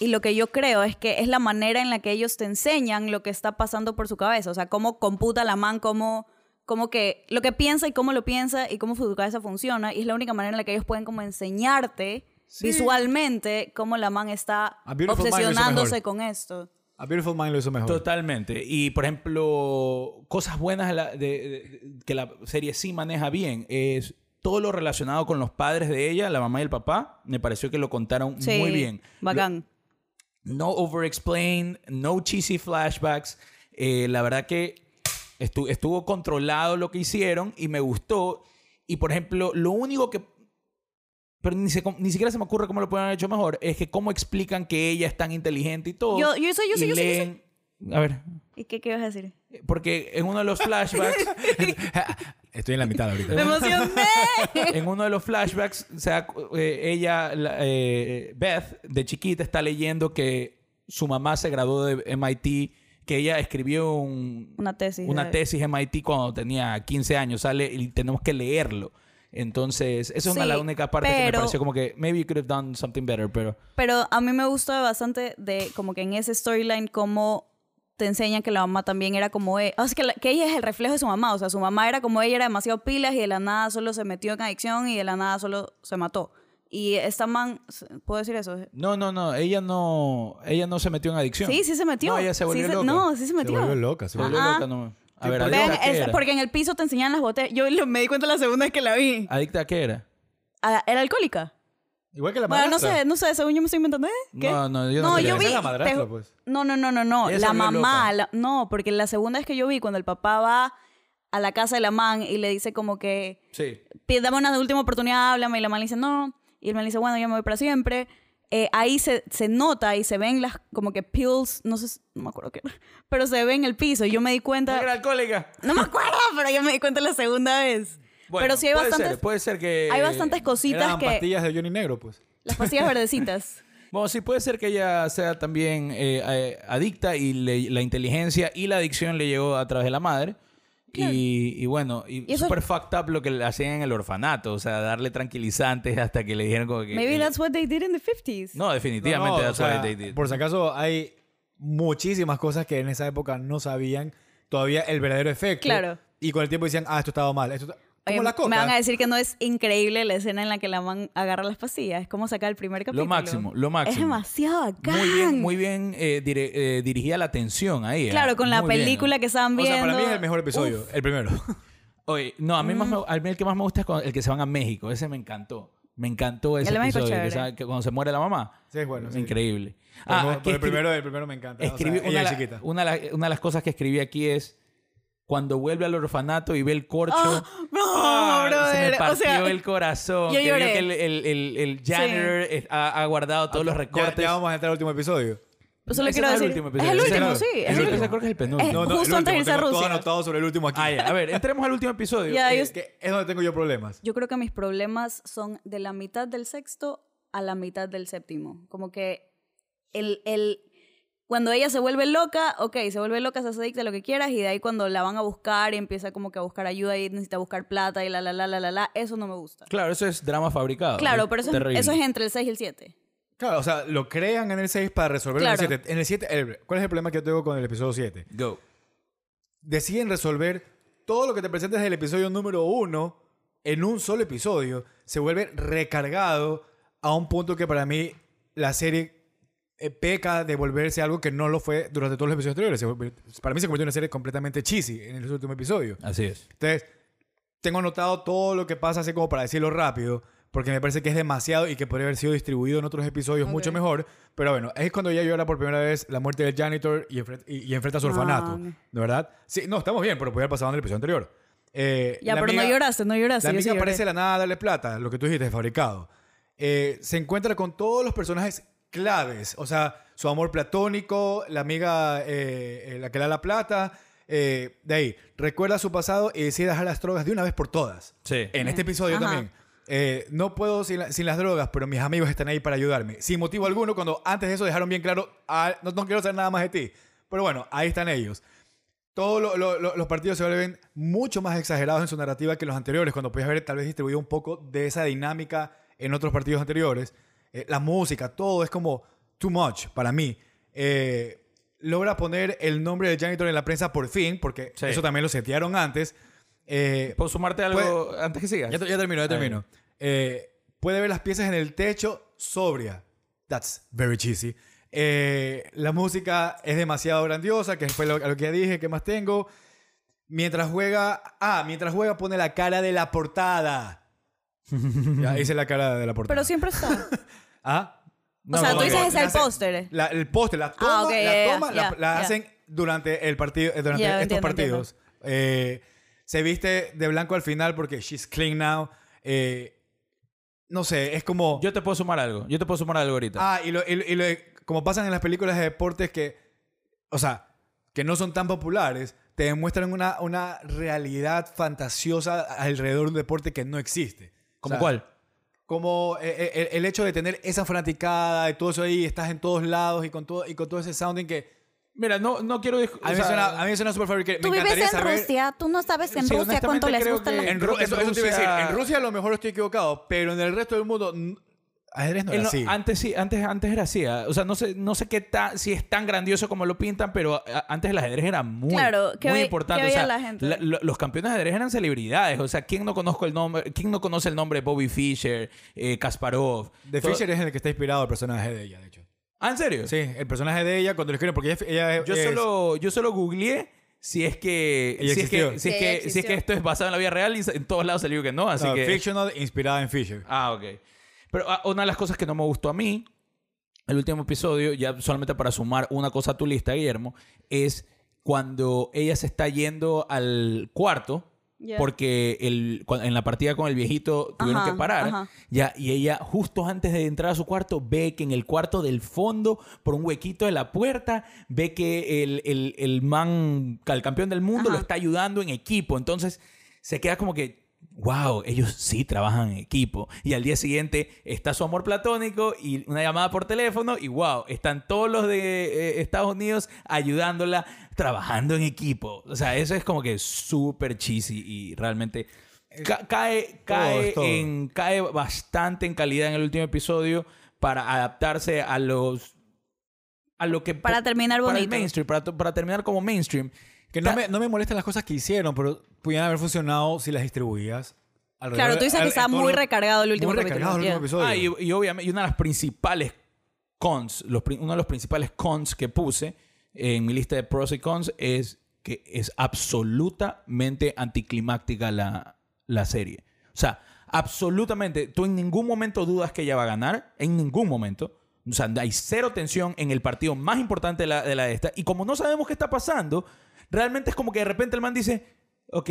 [SPEAKER 1] y lo que yo creo es que es la manera en la que ellos te enseñan lo que está pasando por su cabeza, o sea, cómo computa la man, cómo, cómo que, lo que piensa y cómo lo piensa y cómo su cabeza funciona, y es la única manera en la que ellos pueden como enseñarte visualmente cómo la man está
[SPEAKER 3] A Beautiful Mind lo hizo
[SPEAKER 1] obsesionándose
[SPEAKER 3] mejor.
[SPEAKER 1] con esto.
[SPEAKER 3] A Beautiful Mind lo hizo mejor.
[SPEAKER 2] Totalmente. Y por ejemplo, cosas buenas de la- de- de- que la serie sí maneja bien es todo lo relacionado con los padres de ella, la mamá y el papá. Me pareció que lo contaron
[SPEAKER 1] Sí,
[SPEAKER 2] muy bien. Lo-
[SPEAKER 1] Bacán.
[SPEAKER 2] No over explain, no cheesy flashbacks. Eh, la verdad que estu- estuvo controlado lo que hicieron y me gustó. Y por ejemplo, lo único que. Pero ni, se- ni siquiera se me ocurre cómo lo pueden haber hecho mejor. Es que cómo explican que ella es tan inteligente y todo.
[SPEAKER 1] Yo- yo sé, yo
[SPEAKER 2] y
[SPEAKER 1] sé, yo sé, yo sé.
[SPEAKER 2] leen- A ver.
[SPEAKER 1] ¿Y qué, qué ibas a
[SPEAKER 2] [LAUGHS]
[SPEAKER 1] decir?
[SPEAKER 2] Porque en uno de los
[SPEAKER 1] [LAUGHS]
[SPEAKER 2] flashbacks. [LAUGHS]
[SPEAKER 3] Estoy en la mitad
[SPEAKER 1] ¡Me [LAUGHS]
[SPEAKER 3] ahorita.
[SPEAKER 1] emocioné!
[SPEAKER 2] en uno de los flashbacks, o sea, cu- eh, ella, la- eh, Beth, de chiquita, está leyendo que su mamá se graduó de MIT, que ella escribió un-
[SPEAKER 1] Una tesis. eh,
[SPEAKER 2] una
[SPEAKER 1] de-
[SPEAKER 2] tesis MIT cuando tenía 15 años, sale y tenemos que leerlo. Entonces, esa es una de las
[SPEAKER 1] Sí,
[SPEAKER 2] únicas partes que me
[SPEAKER 1] pero-
[SPEAKER 2] pareció como que maybe you could have done something better, pero
[SPEAKER 1] Pero a mí me gusta bastante de como que en ese storyline cómo te enseñan que la mamá también era como ella. O sea, que, la- que ella es el reflejo de su mamá. O sea, su mamá era como ella, era demasiado pilas y de la nada solo se metió en adicción y de la nada solo se mató. Y esta man, ¿puedo decir eso?
[SPEAKER 2] No, no, no. Ella no, ella no se metió en adicción.
[SPEAKER 1] Sí, sí se metió.
[SPEAKER 2] No, ella se volvió
[SPEAKER 1] sí
[SPEAKER 2] loca.
[SPEAKER 1] No, sí se
[SPEAKER 3] Se
[SPEAKER 1] metió.
[SPEAKER 3] vuelve loca. Se
[SPEAKER 2] Se volvió
[SPEAKER 1] Ajá.
[SPEAKER 2] loca, no. A ver,
[SPEAKER 3] Tipo,
[SPEAKER 2] ¿adicta
[SPEAKER 1] Vean,
[SPEAKER 2] a qué
[SPEAKER 1] es-
[SPEAKER 2] era?
[SPEAKER 1] porque en el piso te enseñaban las botellas. Yo lo- me di cuenta la segunda vez que la vi.
[SPEAKER 2] ¿Adicta a qué era?
[SPEAKER 1] Ah, ¿Era alcohólica?
[SPEAKER 3] Igual que la
[SPEAKER 1] Bueno, no
[SPEAKER 3] madrastra.
[SPEAKER 1] sé, no sé, según yo me estoy inventando. ¿eh? ¿Qué?
[SPEAKER 2] No, no, yo no
[SPEAKER 1] No,
[SPEAKER 2] sé.
[SPEAKER 1] yo
[SPEAKER 3] Esa
[SPEAKER 1] vi.
[SPEAKER 3] es la madrastra,
[SPEAKER 1] te-
[SPEAKER 3] pues.
[SPEAKER 1] No, no, no, no, no.
[SPEAKER 2] Ella se
[SPEAKER 1] la
[SPEAKER 2] volvió
[SPEAKER 1] mamá.
[SPEAKER 2] loca.
[SPEAKER 1] la- no, porque la segunda vez que yo vi, cuando el papá va a la casa de la man y le dice como que,
[SPEAKER 2] Sí.
[SPEAKER 1] "Pide- dame una última oportunidad, háblame, y la man le dice no, y el man le dice, bueno, yo me voy para siempre. Eh, ahí se, se nota y se ven las como que pills, no sé, si- no me acuerdo qué [LAUGHS] era, pero se ve en el piso. Yo me di
[SPEAKER 2] No
[SPEAKER 1] cuenta,
[SPEAKER 2] era alcohólica.
[SPEAKER 1] no me acuerdo, pero yo me di cuenta la segunda vez.
[SPEAKER 2] Bueno,
[SPEAKER 1] pero sí hay
[SPEAKER 2] puede
[SPEAKER 1] bastantes,
[SPEAKER 2] Ser, puede ser que.
[SPEAKER 1] hay bastantes cositas
[SPEAKER 3] Eran
[SPEAKER 1] que,
[SPEAKER 3] pastillas de Johnny Negro, pues.
[SPEAKER 1] las pastillas
[SPEAKER 2] [LAUGHS]
[SPEAKER 1] verdecitas.
[SPEAKER 2] Bueno, sí, puede ser que ella sea también eh, eh, adicta y le- la inteligencia y la adicción le llegó a través de la madre. Y, y bueno, y,
[SPEAKER 1] Y eso-
[SPEAKER 2] super fucked up lo que le hacían en el orfanato. O sea, darle tranquilizantes hasta que le dijeron como que.
[SPEAKER 1] Maybe that's what they did in the 50s.
[SPEAKER 2] No, definitivamente
[SPEAKER 3] No, no, o
[SPEAKER 2] that's
[SPEAKER 3] sea,
[SPEAKER 2] what they did.
[SPEAKER 3] Por si acaso, hay muchísimas cosas que en esa época no sabían todavía el verdadero efecto.
[SPEAKER 1] Claro.
[SPEAKER 3] Y con el tiempo decían, ah, esto estaba mal. Esto está-
[SPEAKER 1] Oye,
[SPEAKER 3] Como la coca.
[SPEAKER 1] Em, Me van a decir que no es increíble la escena en la que la man agarra las pastillas. Es como sacar el primer capítulo.
[SPEAKER 2] Lo máximo, lo máximo.
[SPEAKER 1] Es demasiado acá.
[SPEAKER 2] Muy bien, muy bien eh, dire- eh, dirigía la atención ahí. ¿eh?
[SPEAKER 1] Claro, con la
[SPEAKER 2] Muy bien.
[SPEAKER 1] película que estaban
[SPEAKER 3] o
[SPEAKER 1] viendo.
[SPEAKER 3] sea, para mí es el mejor episodio,
[SPEAKER 1] [LAUGHS]
[SPEAKER 3] el primero.
[SPEAKER 2] Oye, no, a mí,
[SPEAKER 1] Mm.
[SPEAKER 2] más me- a mí el que más me gusta es con- el que se van a México. Ese me encantó. Me encantó ese
[SPEAKER 1] El de México es
[SPEAKER 2] episodio. Que,
[SPEAKER 1] chévere.
[SPEAKER 2] se- que cuando se muere la mamá.
[SPEAKER 3] Sí, es bueno, sí.
[SPEAKER 2] Increíble. Ah,
[SPEAKER 3] Pero como-
[SPEAKER 2] aquí
[SPEAKER 3] pero el,
[SPEAKER 2] escri-
[SPEAKER 3] primero, el primero me encanta. o sea,
[SPEAKER 2] escribí-
[SPEAKER 3] ella
[SPEAKER 2] una, de
[SPEAKER 3] es
[SPEAKER 2] la-
[SPEAKER 3] chiquita.
[SPEAKER 2] una de la- una de las cosas que escribí aquí es cuando vuelve al orfanato y ve el corcho.
[SPEAKER 1] Ah, no,
[SPEAKER 2] ah, se
[SPEAKER 1] brother.
[SPEAKER 2] me
[SPEAKER 1] O
[SPEAKER 2] partió
[SPEAKER 1] sea,
[SPEAKER 2] el corazón.
[SPEAKER 1] yo
[SPEAKER 2] que vio
[SPEAKER 1] lloré.
[SPEAKER 2] que el, el- el- el
[SPEAKER 1] Sí.
[SPEAKER 2] janitor es- ha, ha guardado todos los
[SPEAKER 3] ya,
[SPEAKER 2] recortes.
[SPEAKER 3] ya vamos a entrar al último episodio.
[SPEAKER 1] solo
[SPEAKER 2] Ese
[SPEAKER 1] quiero
[SPEAKER 2] no es
[SPEAKER 1] decir.
[SPEAKER 2] el último
[SPEAKER 1] es
[SPEAKER 2] episodio.
[SPEAKER 1] el
[SPEAKER 2] Ese
[SPEAKER 1] último,
[SPEAKER 3] no.
[SPEAKER 1] sí. Es
[SPEAKER 3] El
[SPEAKER 1] el
[SPEAKER 3] último.
[SPEAKER 2] Ese
[SPEAKER 1] último.
[SPEAKER 2] creo que es el penúltimo.
[SPEAKER 1] Eh,
[SPEAKER 3] No, no,
[SPEAKER 1] Justo
[SPEAKER 3] el
[SPEAKER 1] antes de
[SPEAKER 3] último,
[SPEAKER 1] irse a
[SPEAKER 3] tengo todo
[SPEAKER 1] Rusia.
[SPEAKER 3] anotado sobre el último aquí.
[SPEAKER 2] Ah, ya. A ver, entremos al último episodio.
[SPEAKER 1] Ya,
[SPEAKER 2] Eh,
[SPEAKER 1] yo-
[SPEAKER 3] Que es donde tengo yo problemas.
[SPEAKER 1] Yo creo que mis problemas son de la mitad del sexto a la mitad del séptimo. Como que el, el, cuando ella se vuelve loca, ok, se vuelve loca, se hace adicta, lo que quieras, y de ahí cuando la van a buscar y empieza como que a buscar ayuda y necesita buscar plata y la, la, la, la, la, la, eso no me gusta.
[SPEAKER 2] Claro, eso Ah, es drama fabricado.
[SPEAKER 1] Claro, pero eso,
[SPEAKER 2] terrible.
[SPEAKER 1] es- eso es entre el 6 y el 7.
[SPEAKER 3] Claro, o sea, lo crean en el 6 para resolverlo en el
[SPEAKER 1] Claro.
[SPEAKER 3] 7. En el 7, el- ¿cuál es el problema que yo tengo con el episodio 7?
[SPEAKER 2] Go.
[SPEAKER 3] deciden resolver todo lo que te presentas del episodio número uno en un solo episodio, se vuelve recargado a un punto que para mí la serie eh, peca de volverse algo que no lo fue durante todos los episodios anteriores. Se volvió- para mí se convirtió en una serie completamente cheesy en el último episodio.
[SPEAKER 2] Así es.
[SPEAKER 3] Entonces, tengo anotado todo lo que pasa, así como para decirlo rápido, porque me parece que es demasiado y que podría haber sido distribuido en otros episodios mucho
[SPEAKER 1] Ok.
[SPEAKER 3] mejor. Pero bueno, es cuando ella llora por primera vez la muerte del janitor y, enfren- y- y enfrenta a su
[SPEAKER 1] Man.
[SPEAKER 3] orfanato. ¿De verdad? Sí, no, estamos bien, pero podría haber pasado en el episodio anterior. Eh,
[SPEAKER 1] Ya,
[SPEAKER 3] la
[SPEAKER 1] pero no
[SPEAKER 3] amiga-
[SPEAKER 1] lloraste, no lloraste.
[SPEAKER 3] la
[SPEAKER 1] yo sí
[SPEAKER 3] amiga
[SPEAKER 1] lloré.
[SPEAKER 3] aparece de la nada a darle plata, lo que tú dijiste, fabricado. Eh, se encuentra con todos los personajes claves, o sea, su amor platónico, la amiga eh, eh, la que le da la plata, eh, de ahí, recuerda su pasado y decide dejar las drogas de una vez por todas.
[SPEAKER 2] Sí.
[SPEAKER 3] En este episodio
[SPEAKER 1] Ajá.
[SPEAKER 3] también. Eh, no puedo sin, la- sin las drogas, pero mis amigos están ahí para ayudarme. Sin motivo alguno, cuando antes de eso dejaron bien claro, "Ah, no, no quiero saber nada más de ti. Pero bueno, ahí están ellos. Todos lo- lo- lo- los partidos se vuelven mucho más exagerados en su narrativa que los anteriores, cuando podías haber tal vez distribuido un poco de esa dinámica en otros partidos anteriores. Eh, la música, todo es como too much para mí. Eh, logra poner el nombre del janitor en la prensa por fin, porque
[SPEAKER 2] Sí.
[SPEAKER 3] eso también lo setearon antes. Eh,
[SPEAKER 2] Por sumarte algo
[SPEAKER 3] Pues,
[SPEAKER 2] antes que sigas.
[SPEAKER 3] ya, te- ya termino, ya termino. Eh, puede ver las piezas en el techo sobria. That's very cheesy. Eh, la música es demasiado grandiosa, que fue lo, lo que ya dije, ¿qué más tengo? Mientras juega, ah, mientras juega pone la cara de la portada. ya hice la cara de la portada.
[SPEAKER 1] Pero siempre
[SPEAKER 2] [LAUGHS]
[SPEAKER 1] está.
[SPEAKER 3] Ah,
[SPEAKER 1] o sea,
[SPEAKER 2] no,
[SPEAKER 1] tú
[SPEAKER 2] ok.
[SPEAKER 1] dices es
[SPEAKER 3] La
[SPEAKER 1] el
[SPEAKER 3] hace-
[SPEAKER 1] póster.
[SPEAKER 3] la- el póster, la toma,
[SPEAKER 1] Ah, ok,
[SPEAKER 3] la,
[SPEAKER 1] ya, ya,
[SPEAKER 3] toma, la-
[SPEAKER 1] ya,
[SPEAKER 3] la
[SPEAKER 1] ya.
[SPEAKER 3] hacen durante el partido, eh, durante
[SPEAKER 1] Ya,
[SPEAKER 3] estos
[SPEAKER 1] entiendo,
[SPEAKER 3] partidos. Eh, se viste de blanco al final porque she's clean now. Eh, no sé, es como...
[SPEAKER 2] Yo te puedo sumar algo. Yo te puedo sumar algo ahorita.
[SPEAKER 3] ah, y, lo, y lo- y lo- como pasan en las películas de deportes que, o sea, que no son tan populares, te demuestran una, una realidad fantasiosa alrededor de un deporte que no existe.
[SPEAKER 2] ¿Cómo
[SPEAKER 3] O sea,
[SPEAKER 2] cuál?
[SPEAKER 3] como eh, eh, el, hecho de tener esa fanaticada y todo eso ahí, estás en todos lados y con todo, y con todo ese sounding que
[SPEAKER 2] Mira, no, no quiero... discu-
[SPEAKER 3] a mí
[SPEAKER 2] o
[SPEAKER 3] me
[SPEAKER 2] sea,
[SPEAKER 3] suena, a mí me suena super fabricado.
[SPEAKER 4] Tú
[SPEAKER 3] me
[SPEAKER 4] vives
[SPEAKER 3] encantaría
[SPEAKER 4] en
[SPEAKER 3] saber,
[SPEAKER 4] Rusia, tú no sabes en
[SPEAKER 2] Sí,
[SPEAKER 4] Rusia cuánto
[SPEAKER 2] honestamente
[SPEAKER 4] les
[SPEAKER 2] creo
[SPEAKER 4] gusta
[SPEAKER 2] que
[SPEAKER 4] la
[SPEAKER 3] En,
[SPEAKER 2] Creo
[SPEAKER 3] Ru-
[SPEAKER 2] que en
[SPEAKER 3] eso, eso te iba a
[SPEAKER 2] Rusia-
[SPEAKER 3] decir, en Rusia a lo mejor estoy equivocado, pero en el resto del mundo n- Ajedrez no
[SPEAKER 2] Él
[SPEAKER 3] era
[SPEAKER 2] no-
[SPEAKER 3] así.
[SPEAKER 2] Antes sí, antes, antes era así. ah. O sea, no sé, no sé qué ta- si es tan grandioso como lo pintan, pero ah, antes el ajedrez era muy,
[SPEAKER 1] Claro, ¿qué
[SPEAKER 2] muy
[SPEAKER 1] ve-
[SPEAKER 2] importante.
[SPEAKER 1] qué
[SPEAKER 2] o sea,
[SPEAKER 1] veía la gente?
[SPEAKER 2] lo- los campeones de ajedrez eran celebridades. O sea, ¿quién no conozco el nombre? ¿Quién no conoce el nombre de Bobby Fischer, eh, Kasparov?
[SPEAKER 3] De
[SPEAKER 2] Todo-
[SPEAKER 3] Fisher es el que está inspirado el personaje de ella, de hecho.
[SPEAKER 2] Ah, ¿en serio?
[SPEAKER 3] Sí, el personaje de ella cuando lo escriben, porque ella, ella es-
[SPEAKER 2] Yo
[SPEAKER 3] es-
[SPEAKER 2] solo, yo solo googleé si es que
[SPEAKER 3] Ella
[SPEAKER 2] si es que,
[SPEAKER 3] existió.
[SPEAKER 2] si es
[SPEAKER 4] Sí,
[SPEAKER 2] que,
[SPEAKER 4] ella
[SPEAKER 2] si es que
[SPEAKER 4] existió.
[SPEAKER 2] esto es basado en la vida real y en todos lados salió que no, así
[SPEAKER 3] no,
[SPEAKER 2] que
[SPEAKER 3] fictional inspirada en Fisher.
[SPEAKER 2] Ah, ok. Pero ah, una de las cosas que no me gustó a mí, el último episodio, ya solamente para sumar una cosa a tu lista, Guillermo, es cuando ella se está yendo al cuarto.
[SPEAKER 1] Ya.
[SPEAKER 2] Porque el, cu- en la partida con el viejito tuvieron
[SPEAKER 1] Ajá,
[SPEAKER 2] que parar.
[SPEAKER 1] ajá.
[SPEAKER 2] Ya, y ella, justo antes de entrar a su cuarto, ve que en el cuarto del fondo, por un huequito de la puerta, ve que el, el, el man, el campeón del mundo,
[SPEAKER 1] Ajá.
[SPEAKER 2] lo está ayudando en equipo. Entonces, se queda como que, wow, ellos sí trabajan en equipo. Y al día siguiente está su amor platónico y una llamada por teléfono y wow, están todos los de eh, Estados Unidos ayudándola, trabajando en equipo. O sea, eso es como que súper cheesy y realmente ca- cae, cae,
[SPEAKER 3] es todo.
[SPEAKER 2] En, cae bastante en calidad en el último episodio para adaptarse a los... A lo que
[SPEAKER 1] Para terminar
[SPEAKER 2] para el
[SPEAKER 1] bonito.
[SPEAKER 2] mainstream, para, para terminar como mainstream.
[SPEAKER 3] Que no
[SPEAKER 2] Ta-
[SPEAKER 3] me, no me molestan las cosas que hicieron, pero pudieran haber funcionado si las distribuías. alrededor
[SPEAKER 1] Claro,
[SPEAKER 3] de-
[SPEAKER 1] tú dices
[SPEAKER 3] al-
[SPEAKER 1] que
[SPEAKER 3] en
[SPEAKER 1] estaba
[SPEAKER 3] todo
[SPEAKER 1] muy
[SPEAKER 3] lo-
[SPEAKER 1] recargado el último
[SPEAKER 3] muy recargado el
[SPEAKER 1] capítulo.
[SPEAKER 3] último episodio.
[SPEAKER 2] Ah, y, y obviamente, y una de las principales cons, los pri- uno de los principales cons que puse en mi lista de pros y cons es que es absolutamente anticlimáctica la, la serie. O sea, absolutamente, tú en ningún momento dudas que ella va a ganar, en ningún momento. O sea, hay cero tensión en el partido más importante de la de, la de esta. Y como no sabemos qué está pasando, realmente es como que de repente el man dice, ok,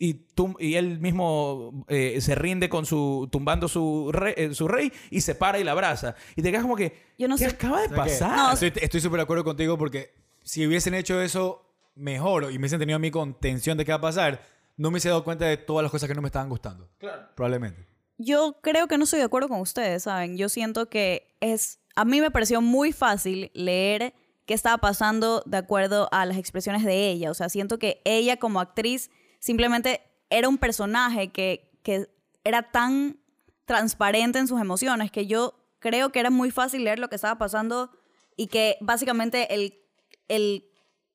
[SPEAKER 2] y, tum- y él mismo eh, se rinde con su, tumbando su, re- eh, su rey y se para y la abraza. Y te quedas como que,
[SPEAKER 1] Yo no
[SPEAKER 2] ¿qué
[SPEAKER 1] sé-
[SPEAKER 2] acaba de
[SPEAKER 3] ¿Sabes qué?
[SPEAKER 2] pasar?
[SPEAKER 3] Estoy estoy súper de acuerdo contigo porque si hubiesen hecho eso mejor y me hubiesen tenido a mí con tensión de qué va a pasar, no me hubiese dado cuenta de todas las cosas que no me estaban gustando. Claro. Probablemente.
[SPEAKER 1] Yo creo que no estoy de acuerdo con ustedes, ¿saben? Yo siento que es... A mí me pareció muy fácil leer qué estaba pasando de acuerdo a las expresiones de ella. O sea, siento que ella como actriz simplemente era un personaje que, que era tan transparente en sus emociones que yo creo que era muy fácil leer lo que estaba pasando y que básicamente el, el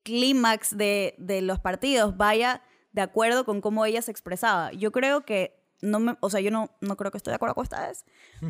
[SPEAKER 1] clímax de, de los partidos vaya de acuerdo con cómo ella se expresaba. Yo creo que, no me, o sea, yo no, no creo que estoy de acuerdo con ustedes,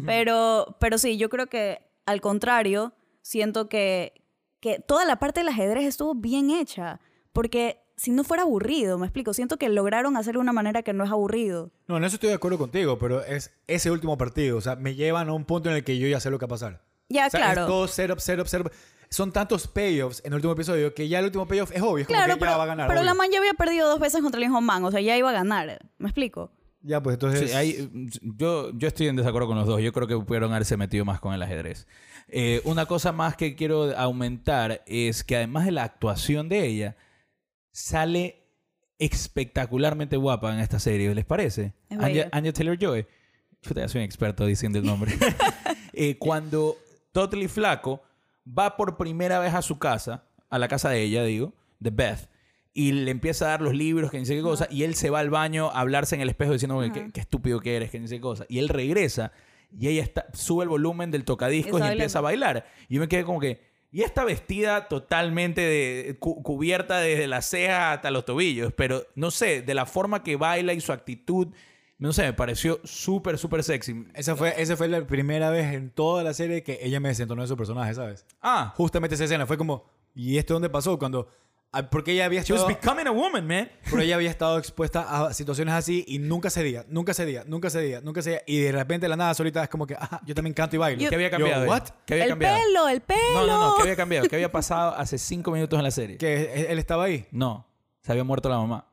[SPEAKER 1] pero, pero sí, yo creo que al contrario, siento que, que toda la parte del ajedrez estuvo bien hecha, porque si no fuera aburrido, me explico, siento que lograron hacerlo de una manera que no es aburrido.
[SPEAKER 3] No, en eso estoy de acuerdo contigo, pero es ese último partido. O sea, me llevan a un punto en el que yo ya sé lo que va a pasar.
[SPEAKER 1] Ya,
[SPEAKER 3] O sea,
[SPEAKER 1] Ah, claro.
[SPEAKER 3] Es todo setup, setup, setup. Son tantos payoffs en el último episodio que ya el último payoff es obvio. Es como
[SPEAKER 1] Claro,
[SPEAKER 3] que
[SPEAKER 1] pero,
[SPEAKER 3] ya va a ganar.
[SPEAKER 1] pero la
[SPEAKER 3] obvio.
[SPEAKER 1] man ya había perdido dos veces contra el mismo man, o sea, ya iba a ganar, ¿me explico?
[SPEAKER 3] Ya, pues
[SPEAKER 2] Sí,
[SPEAKER 3] entonces.
[SPEAKER 2] hay- yo, yo estoy en desacuerdo con los dos. Yo creo que pudieron haberse metido más con el ajedrez. Eh, una cosa más que quiero aumentar es que además de la actuación de ella, sale espectacularmente guapa en esta serie. ¿Les parece?
[SPEAKER 1] Es
[SPEAKER 2] Anya,
[SPEAKER 1] bella.
[SPEAKER 2] Taylor Joy. Yo ya soy un experto diciendo
[SPEAKER 1] [LAUGHS]
[SPEAKER 2] el nombre. Eh, cuando Totally Flaco va por primera vez a su casa, a la casa de ella, digo, de Beth, y le empieza a dar los libros, que ni sé qué cosa, y él se va al baño a hablarse en el espejo diciendo, "Oye, qué, qué estúpido que eres, que ni sé qué cosa. Y él regresa y ella está, sube el volumen del tocadiscos y
[SPEAKER 1] Está
[SPEAKER 2] empieza a bailar. Y yo me quedé como que, y está vestida totalmente de, cu- cubierta desde la ceja hasta los tobillos, pero no sé, de la forma que baila y su actitud, no sé, me pareció súper, súper sexy.
[SPEAKER 3] Esa fue, esa fue la primera vez en toda la serie que ella me desentonó de su personaje, ¿sabes?
[SPEAKER 2] Ah,
[SPEAKER 3] Justamente esa escena fue como, ¿y esto dónde pasó? Cuando. ah, Porque ella había
[SPEAKER 2] she was
[SPEAKER 3] estado,
[SPEAKER 2] becoming a woman, man.
[SPEAKER 3] pero ella había estado expuesta a situaciones así y nunca cedía, nunca cedía, nunca cedía, nunca cedía. Y de repente de la nada solita es como que, ajá, yo también canto y bailo.
[SPEAKER 1] Yo-
[SPEAKER 2] ¿Qué había cambiado?
[SPEAKER 3] Yo, ¿What?
[SPEAKER 2] ¿Qué había
[SPEAKER 1] el
[SPEAKER 2] cambiado?
[SPEAKER 1] pelo, el pelo.
[SPEAKER 2] No, no, no, ¿qué había cambiado? ¿Qué había pasado hace cinco minutos en la serie?
[SPEAKER 3] Que él estaba ahí.
[SPEAKER 2] No, se había muerto la mamá.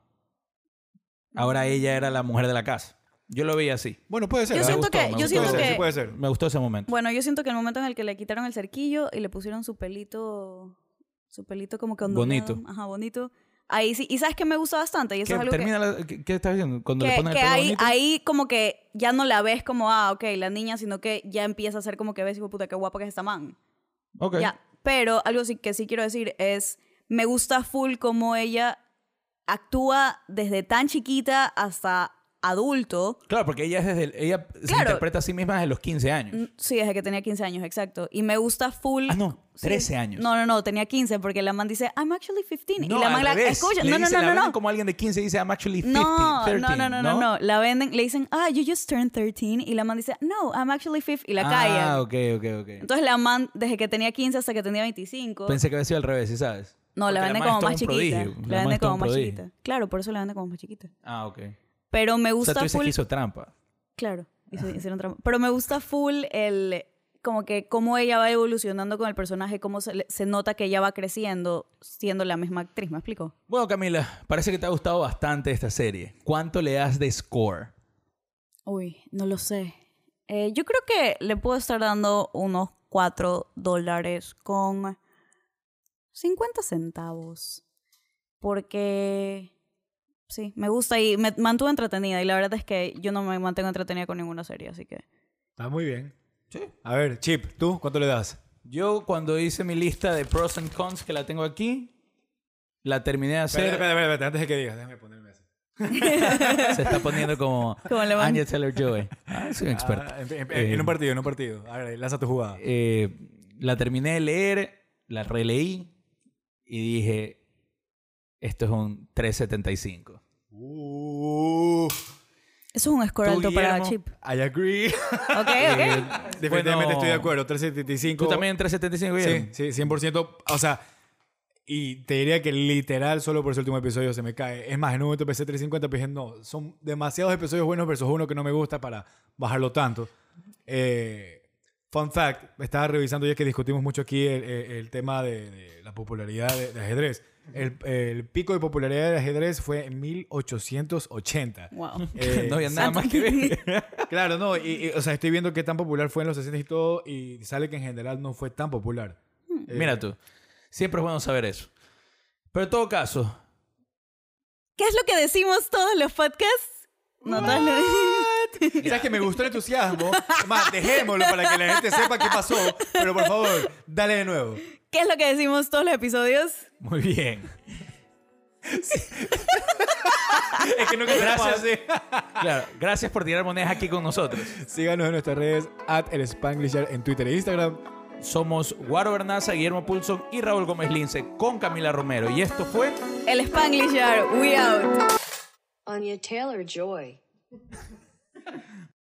[SPEAKER 2] Ahora ella era la mujer de la casa. Yo lo veía así.
[SPEAKER 3] Bueno, puede ser.
[SPEAKER 1] Yo
[SPEAKER 3] ¿eh?
[SPEAKER 1] siento
[SPEAKER 2] gustó,
[SPEAKER 1] que,
[SPEAKER 2] me
[SPEAKER 1] yo
[SPEAKER 2] gustó.
[SPEAKER 1] siento
[SPEAKER 3] puede ser,
[SPEAKER 1] que
[SPEAKER 3] sí puede ser.
[SPEAKER 2] Me gustó ese momento.
[SPEAKER 1] Bueno, yo siento que el momento en el que le quitaron el cerquillo y le pusieron su pelito, su pelito como que ondulado,
[SPEAKER 2] Bonito.
[SPEAKER 1] Ajá, bonito. Ahí sí. Y sabes que me gusta bastante. Y eso
[SPEAKER 2] ¿Qué,
[SPEAKER 1] es algo
[SPEAKER 2] termina la- ¿qué, qué estás diciendo?
[SPEAKER 1] que,
[SPEAKER 2] Cuando le
[SPEAKER 1] que,
[SPEAKER 2] ponen
[SPEAKER 1] que
[SPEAKER 2] el pelo
[SPEAKER 1] ahí,
[SPEAKER 2] bonito.
[SPEAKER 1] ahí como que ya no la ves como, ah, ok, la niña, sino que ya empieza a ser como que ves, hijo de puta, qué guapa que es esta man.
[SPEAKER 2] Ok.
[SPEAKER 1] Ya. Pero algo sí que sí quiero decir es, me gusta full como ella actúa desde tan chiquita hasta adulto.
[SPEAKER 2] Claro, porque ella, es desde el- ella se
[SPEAKER 1] Claro. Mm,
[SPEAKER 2] interpreta a sí misma desde los 15 años.
[SPEAKER 1] Sí, desde que tenía 15 años, exacto. Y me gusta full.
[SPEAKER 2] Ah, no,
[SPEAKER 1] Sí.
[SPEAKER 2] 13 años.
[SPEAKER 1] No, no, no, tenía 15 porque la man dice, I'm actually 15.
[SPEAKER 2] No,
[SPEAKER 1] y la
[SPEAKER 2] al
[SPEAKER 1] man la
[SPEAKER 2] revés.
[SPEAKER 1] escucha.
[SPEAKER 2] Le
[SPEAKER 1] No, no,
[SPEAKER 2] dice-
[SPEAKER 1] no,
[SPEAKER 2] la
[SPEAKER 1] no,
[SPEAKER 2] venden
[SPEAKER 1] no.
[SPEAKER 2] como alguien de 15 dice, I'm actually 50,
[SPEAKER 1] No,
[SPEAKER 2] 13,
[SPEAKER 1] no, no, no, no, no. La venden, le dicen, ah, you just turned 13. Y la man dice, no, I'm actually 50. Y la callan.
[SPEAKER 2] Ah, ok, ok, ok.
[SPEAKER 1] Entonces la man, desde que tenía 15 hasta que tenía 25.
[SPEAKER 2] Pensé que había sido al revés, ¿sí ¿sabes?
[SPEAKER 1] no,
[SPEAKER 2] Porque
[SPEAKER 1] la venden
[SPEAKER 2] man
[SPEAKER 1] como
[SPEAKER 2] es todo
[SPEAKER 1] más
[SPEAKER 2] un
[SPEAKER 1] chiquita.
[SPEAKER 2] prodigio.
[SPEAKER 1] La
[SPEAKER 2] man
[SPEAKER 1] venden
[SPEAKER 2] es todo
[SPEAKER 1] como
[SPEAKER 2] un
[SPEAKER 1] más
[SPEAKER 2] prodigio.
[SPEAKER 1] chiquita. Claro, por eso la venden como más chiquita.
[SPEAKER 2] Ah, ok.
[SPEAKER 1] Pero me
[SPEAKER 2] O sea, tú
[SPEAKER 1] gusta
[SPEAKER 2] dices
[SPEAKER 1] full.
[SPEAKER 2] que hizo trampa. [LAUGHS]
[SPEAKER 1] Claro, hice- hicieron trampa. Pero me gusta full el como que cómo ella va evolucionando con el personaje, cómo se, le- se nota que ella va creciendo siendo la misma actriz, ¿me explico?
[SPEAKER 2] Bueno, Camila, parece que te ha gustado bastante esta serie. ¿Cuánto le das de score?
[SPEAKER 1] Uy, no lo sé. Eh, yo creo que le puedo estar dando unos 4 dólares con 50 centavos. Porque sí, me gusta y me mantuvo entretenida. Y la verdad es que yo no me mantengo entretenida con ninguna serie, así que.
[SPEAKER 3] Está muy bien.
[SPEAKER 2] Sí.
[SPEAKER 3] A ver, Chip, ¿tú cuánto le das?
[SPEAKER 2] Yo cuando hice mi lista de pros and cons que la tengo aquí, la terminé de
[SPEAKER 3] Espérate,
[SPEAKER 2] hacer.
[SPEAKER 3] espérate, espérate, antes de que digas, déjame ponerme así.
[SPEAKER 2] Se está poniendo
[SPEAKER 1] [LAUGHS]
[SPEAKER 2] como
[SPEAKER 1] Como la van-
[SPEAKER 2] Ah, Anya Taylor-Joy. Ah, soy un experto.
[SPEAKER 3] Ah, en, en-
[SPEAKER 2] Eh,
[SPEAKER 3] en un partido, en un partido. A ver, lanza tu jugada.
[SPEAKER 2] Eh, la terminé de leer, la releí y dije, esto es un 375.
[SPEAKER 3] Uh,
[SPEAKER 1] Eso es un score
[SPEAKER 2] Tú,
[SPEAKER 1] alto para
[SPEAKER 2] Guillermo,
[SPEAKER 1] Chip.
[SPEAKER 3] I agree. [LAUGHS]
[SPEAKER 1] Ok,
[SPEAKER 2] [LAUGHS] Eh,
[SPEAKER 1] ok.
[SPEAKER 3] Definitivamente
[SPEAKER 2] bueno,
[SPEAKER 3] estoy de acuerdo. 375.
[SPEAKER 2] ¿Tú también 375?
[SPEAKER 3] Sí, eh.
[SPEAKER 2] Guillermo?
[SPEAKER 3] sí, 100%. O sea, y te diría que literal solo por ese último episodio se me cae. Es más, en un momento empecé 350, pero dije, no, son demasiados episodios buenos versus uno que no me gusta para bajarlo tanto. Eh, fun fact, estaba revisando ya que discutimos mucho aquí el, el- el tema de, de la popularidad de, de ajedrez. El, el pico de popularidad del ajedrez fue en 1880.
[SPEAKER 1] Wow.
[SPEAKER 3] Eh,
[SPEAKER 2] [LAUGHS] No había nada más que ver.
[SPEAKER 3] Claro, no, y, y, o sea, estoy viendo qué tan popular fue en los 60 y todo, y sale que en general no fue tan popular. Eh,
[SPEAKER 2] Mira tú, siempre es bueno saber eso. Pero en todo caso,
[SPEAKER 1] [LAUGHS] ¿Qué es lo que decimos todos los podcasts? No, todos lo decimos.
[SPEAKER 3] ¿Sabes que me gustó el entusiasmo? Es Más, dejémoslo para que la gente sepa qué pasó, pero por favor, dale de nuevo.
[SPEAKER 1] ¿Qué es lo que decimos todos los episodios?
[SPEAKER 2] muy bien.
[SPEAKER 3] Es que no gracias.
[SPEAKER 2] Claro, gracias por tirar monedas aquí con nosotros.
[SPEAKER 3] Síganos en nuestras redes, at el Spanglisher en Twitter e Instagram.
[SPEAKER 2] Somos Guaro Bernaza, Guillermo Pulson y Raúl Gómez Lince con Camila Romero. Y esto fue...
[SPEAKER 1] El Spanglish Hour, we out.
[SPEAKER 4] Anya Taylor Joy.